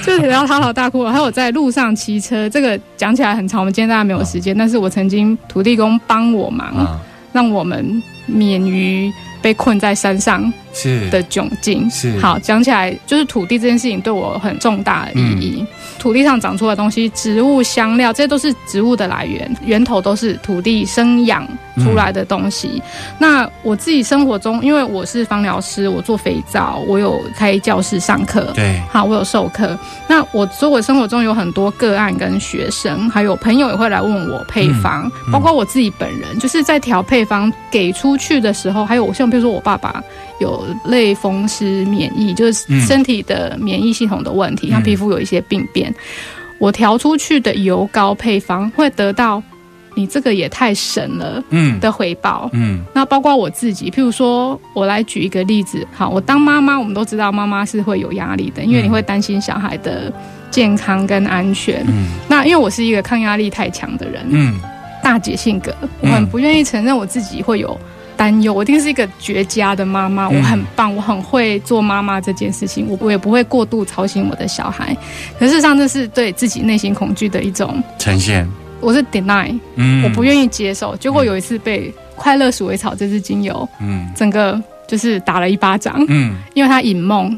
Speaker 6: 就是聊嚎啕大哭，然后我在路上骑车，这个讲起来很长，我们今天大家没有时间，但是我曾经土地公帮我忙，
Speaker 4: 啊
Speaker 6: 让我们免于被困在山上
Speaker 4: 是
Speaker 6: 的窘境。
Speaker 4: 是
Speaker 6: 好，讲起来就是土地这件事情对我很重大的意义。
Speaker 4: 嗯
Speaker 6: 土地上长出的东西，植物、香料，这些都是植物的来源，源头都是土地生养出来的东西。
Speaker 4: 嗯
Speaker 6: 那我自己生活中，因为我是芳疗师，我做肥皂，我有开教室上课。
Speaker 4: 对
Speaker 6: 好，我有授课。那我所以我生活中有很多个案跟学生，还有朋友也会来问我配方，
Speaker 4: 嗯
Speaker 6: 包括我自己本人，就是在调配方给出去的时候，还有我像比如说我爸爸有类风湿免疫，
Speaker 4: 嗯
Speaker 6: 就是身体的免疫系统的问题，像皮肤有一些病变，我调出去的油膏配方会得到你这个也太神了
Speaker 4: 嗯
Speaker 6: 的回报。
Speaker 4: 嗯
Speaker 6: 那包括我自己，譬如说，我来举一个例子，好，我当妈妈，我们都知道妈妈是会有压力的，因为你会担心小孩的健康跟安全。
Speaker 4: 嗯
Speaker 6: 那因为我是一个抗压力太强的人，
Speaker 4: 嗯
Speaker 6: 大姐性格，我
Speaker 4: 嗯
Speaker 6: 很不愿意承认我自己会有担忧，我一定是一个绝佳的妈妈，
Speaker 4: 嗯
Speaker 6: 我很棒，我很会做妈妈这件事情，我我也不会过度操心我的小孩。可事实上，这是对自己内心恐惧的一种，
Speaker 4: 呈现
Speaker 6: 我是 deny，
Speaker 4: 嗯
Speaker 6: 我不愿意接受。结果有一次被快乐鼠尾草这支精油。
Speaker 4: 嗯
Speaker 6: 整个就是打了一巴掌，
Speaker 4: 嗯
Speaker 6: 因为他引梦。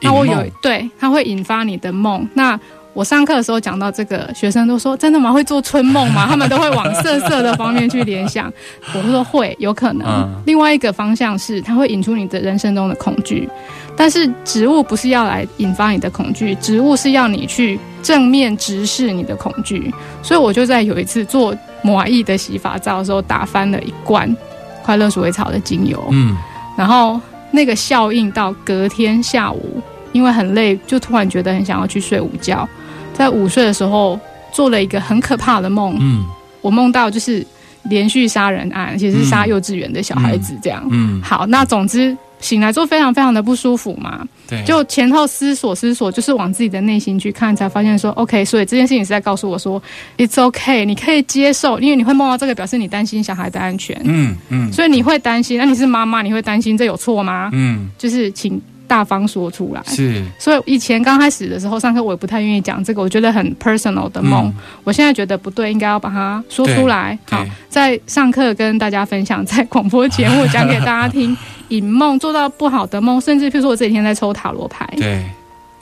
Speaker 6: 那我
Speaker 4: 引
Speaker 6: 有
Speaker 4: 梦
Speaker 6: 对，他会引发你的梦。那我上课的时候讲到这个，学生都说真的吗？会做春梦
Speaker 4: [laughs]
Speaker 6: 吗？他们都会往色色的方面去联想。我说会，有可能。
Speaker 4: 嗯
Speaker 6: 另外一个方向是，它会引出你的人生中的恐惧。但是植物不是要来引发你的恐惧，植物是要你去正面直视你的恐惧。所以我就在有一次做魔艺的洗发皂的时候，打翻了一罐快乐鼠尾草的精油。
Speaker 4: 嗯
Speaker 6: 然后那个效应到隔天下午，因为很累，就突然觉得很想要去睡午觉。在午睡的时候，做了一个很可怕的梦，
Speaker 4: 嗯
Speaker 6: 我梦到就是连续杀人案，而且是杀幼稚园的小孩子这样。
Speaker 4: 嗯
Speaker 6: 好，那总之醒来之后非常非常的不舒服嘛，
Speaker 4: 对
Speaker 6: 就前后思索思索，就是往自己的内心去看，才发现说 OK，所以这件事情是在告诉我说，It's OK，你可以接受，因为你会梦到这个，表示你担心小孩的安全，
Speaker 4: 嗯嗯
Speaker 6: 所以你会担心。那你是妈妈，你会担心这有错吗？
Speaker 4: 嗯
Speaker 6: 就是请大方说出来。
Speaker 4: 是
Speaker 6: 所以以前刚开始的时候，上课我也不太愿意讲这个，我觉得很 personal 的梦。
Speaker 4: 嗯
Speaker 6: 我现在觉得不对，应该要把它说出来。
Speaker 4: 对
Speaker 6: 好
Speaker 4: 对，
Speaker 6: 在上课跟大家分享， [laughs] 在广播节目讲给大
Speaker 4: [laughs]
Speaker 6: 家听，引梦做到不好的梦，甚至譬如说我这几天在抽塔罗牌，
Speaker 4: 对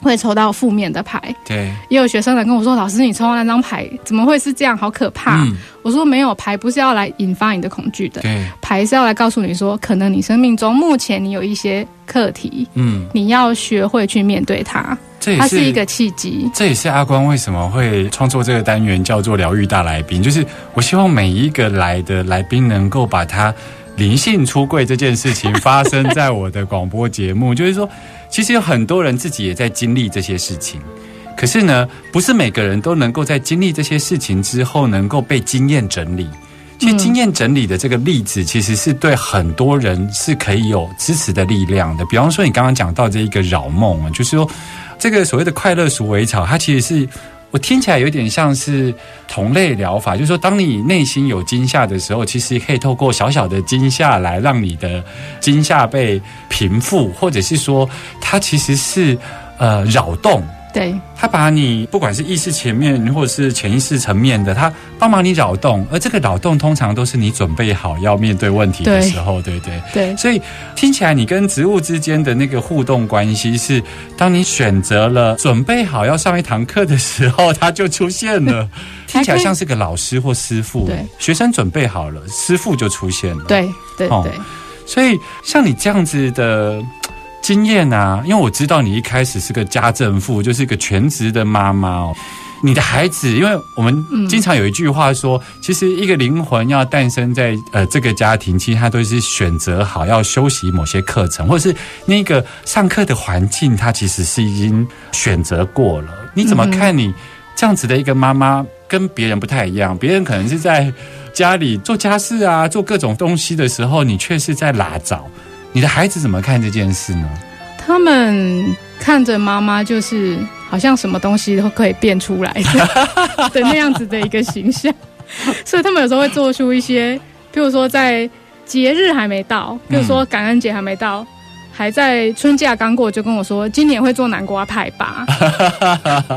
Speaker 6: 会抽到负面的牌。
Speaker 4: 对
Speaker 6: 也有学生来跟我说：“老师，你抽到那张牌怎么会是这样？好可怕！”
Speaker 4: 嗯
Speaker 6: 我说：“没有，牌不是要来引发你的恐惧的，
Speaker 4: 对
Speaker 6: 牌是要来告诉你说，可能你生命中目前你有一些课题，
Speaker 4: 嗯，
Speaker 6: 你要学会去面对它，
Speaker 4: 这也
Speaker 6: 它是一个契机。
Speaker 4: 这也是阿光为什么会创作这个单元叫做“疗愈大来宾”，就是我希望每一个来的来宾能够把他灵性出柜这件事情发生在我的广播节目， [laughs] 就是说，其实有很多人自己也在经历这些事情。可是呢，不是每个人都能够在经历这些事情之后，能够被经验整理。其实经验整理的这个例子，其实是对很多人是可以有支持的力量的。比方说，你刚刚讲到这一个扰梦啊，就是说，这个所谓的快乐鼠尾草，它其实是我听起来有点像是同类疗法，就是说，当你内心有惊吓的时候，其实可以透过小小的惊吓来让你的惊吓被平复，或者是说，它其实是呃扰动。
Speaker 6: 对，
Speaker 4: 它把你不管是意识前面或者是潜意识层面的，它帮忙你扰动，而这个扰动通常都是你准备好要面对问题的
Speaker 6: 对
Speaker 4: 时候，对不对？
Speaker 6: 对，
Speaker 4: 所以听起来你跟植物之间的那个互动关系是，当你选择了准备好要上一堂课的时候，它就出现 [laughs] 了。听起来像是个老师或师傅
Speaker 6: 对，
Speaker 4: 学生准备好了，师傅就出现了。
Speaker 6: 对，对，
Speaker 4: 哦
Speaker 6: 对，
Speaker 4: 所以像你这样子的经验啊，因为我知道你一开始是个家政妇，就是一个全职的妈妈哦。你的孩子，因为我们经常有一句话说，其实一个灵魂要诞生在呃这个家庭，其实他都是选择好要修习某些课程，或者是那个上课的环境，他其实是已经选择过了。你怎么看你这样子的一个妈妈跟别人不太一样？别人可能是在家里做家事啊，做各种东西的时候，你却是在拉早。你的孩子怎么看这件事呢？
Speaker 6: 他们看着妈妈，就是好像什么东西都可以变出来的的那样子的一个形象， [laughs] 所以他们有时候会做出一些，譬如说在节日还没到，譬如说感恩节还没到。还在春假刚过就跟我说，今年会做南瓜派吧？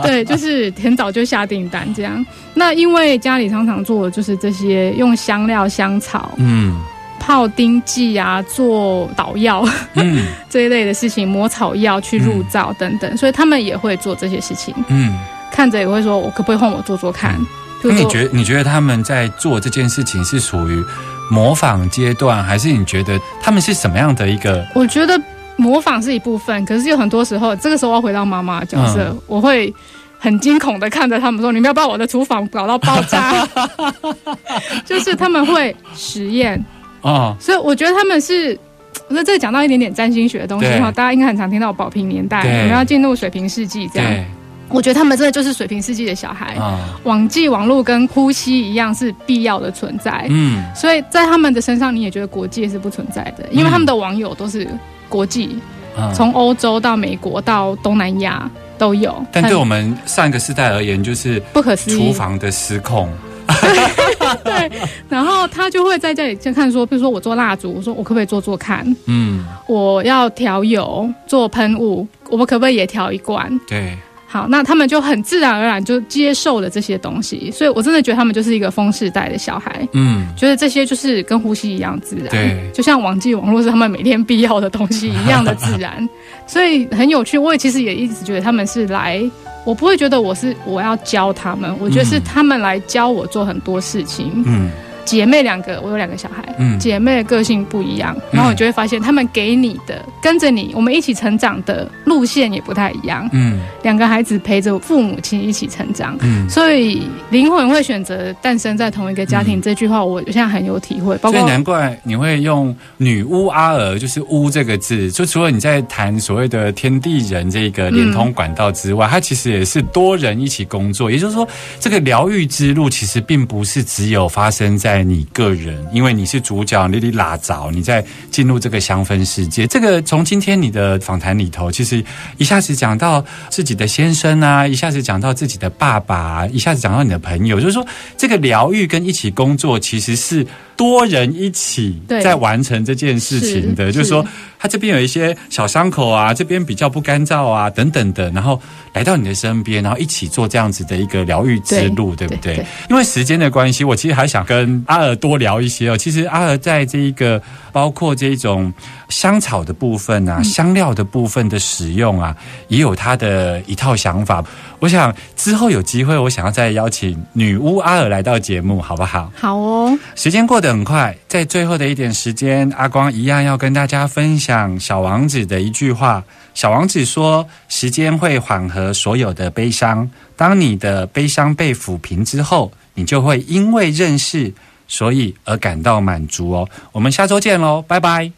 Speaker 6: 对，就是很早就下订单这样。那因为家里常常做的就是这些用香料、香草、
Speaker 4: 嗯
Speaker 6: 泡丁剂啊，做捣药，
Speaker 4: 嗯
Speaker 6: 这一类的事情，抹草药去入灶等等，所以他们也会做这些事情，
Speaker 4: 嗯。
Speaker 6: 看着也会说，我可不可以换我做做看？就
Speaker 4: 那
Speaker 6: 是
Speaker 4: 你
Speaker 6: 说
Speaker 4: 觉你觉得他们在做这件事情是属于模仿阶段，还是你觉得他们是什么样的一个？
Speaker 6: 我觉得模仿是一部分，可是有很多时候，这个时候要回到妈妈的角色，
Speaker 4: 嗯
Speaker 6: 我会。很惊恐的看着他们说：“你们要把我的厨房搞到爆
Speaker 4: [laughs]
Speaker 6: 炸。”就是他们会实验，
Speaker 4: 哦，
Speaker 6: 所以我觉得他们是，那这讲到一点点占星学的东西
Speaker 4: 对
Speaker 6: 哈，大家应该很常听到宝瓶年代，
Speaker 4: 对
Speaker 6: 我们要进入水瓶世纪这样。哎
Speaker 4: 对，
Speaker 6: 我觉得他们真的就是水平世纪的小孩，
Speaker 4: 啊，
Speaker 6: 网际网络跟呼吸一样是必要的存在，
Speaker 4: 嗯，
Speaker 6: 所以在他们的身上，你也觉得国界是不存在的，因为
Speaker 4: 嗯
Speaker 6: 他们的网友都是国际，
Speaker 4: 啊
Speaker 6: 从欧洲到美国到东南亚都有，
Speaker 4: 但对
Speaker 6: 很
Speaker 4: 我们上一个世代而言，就是
Speaker 6: 不可思
Speaker 4: 厨
Speaker 6: 议。
Speaker 4: 房的失控，
Speaker 6: 然后他就会在这里就看说，比如说我做蜡烛，我说我可不可以做做看？
Speaker 4: 嗯，
Speaker 6: 我要调油做喷雾，我们可不可以也调一罐？
Speaker 4: 对，
Speaker 6: 好，那他们就很自然而然就接受了这些东西，所以我真的觉得他们就是一个风世代的小孩。
Speaker 4: 嗯，
Speaker 6: 觉得这些就是跟呼吸一样自然，
Speaker 4: 对
Speaker 6: 就像网际网络是他们每天必要的东西一样的自
Speaker 4: [laughs]
Speaker 6: 然，所以很有趣。我也其实也一直觉得他们是来，我不会觉得我是我要教他们，我觉得是他们来教我做很多事情。
Speaker 4: 嗯，
Speaker 6: 姐妹两个，我有两个小孩，
Speaker 4: 嗯
Speaker 6: 姐妹的个性不一样，然后你就会发现他们给你的、跟着你，我们一起成长的路线也不太一样。
Speaker 4: 嗯，
Speaker 6: 两个孩子陪着父母亲一起成长，
Speaker 4: 嗯，
Speaker 6: 所以灵魂会选择诞生在同一个家庭、
Speaker 4: 嗯
Speaker 6: 这句话，我现在很有体会。包
Speaker 4: 所以
Speaker 6: 括
Speaker 4: 难怪你会用“女巫阿尔”，就是“巫”这个字。就除了你在谈所谓的天地人这个连通管道之外，它其实也是多人一起工作。也就是说，这个疗愈之路其实并不是只有发生在你个人，因为你是主角，你得拉着你在进入这个香氛世界。这个从今天你的访谈里头，其实一下子讲到自己的先生啊，一下子讲到自己的爸爸、一下子讲到你的朋友，就是说这个疗愈跟一起工作其实是多人一起
Speaker 6: 对
Speaker 4: 在完成这件事情的，
Speaker 6: 是
Speaker 4: 就是说
Speaker 6: 是
Speaker 4: 他这边有一些小伤口啊，这边比较不干燥啊等等的，然后来到你的身边，然后一起做这样子的一个疗愈之路，对
Speaker 6: 对
Speaker 4: 不对？
Speaker 6: 对对
Speaker 4: 因为时间的关系，我其实还想跟阿尔多聊一些哦。其实阿尔在这一个包括这一种香草的部分
Speaker 6: 嗯
Speaker 4: 啊、香料的部分的使用啊，也有他的一套想法。我想之后有机会，我想要再邀请女巫阿尔来到节目，好不好？
Speaker 6: 好哦，
Speaker 4: 时间过得很快，在最后的一点时间，阿光一样要跟大家分享小王子的一句话。小王子说：“时间会缓和所有的悲伤。当你的悲伤被抚平之后，你就会因为认识，所以而感到满足哦。”我们下周见喽，拜拜。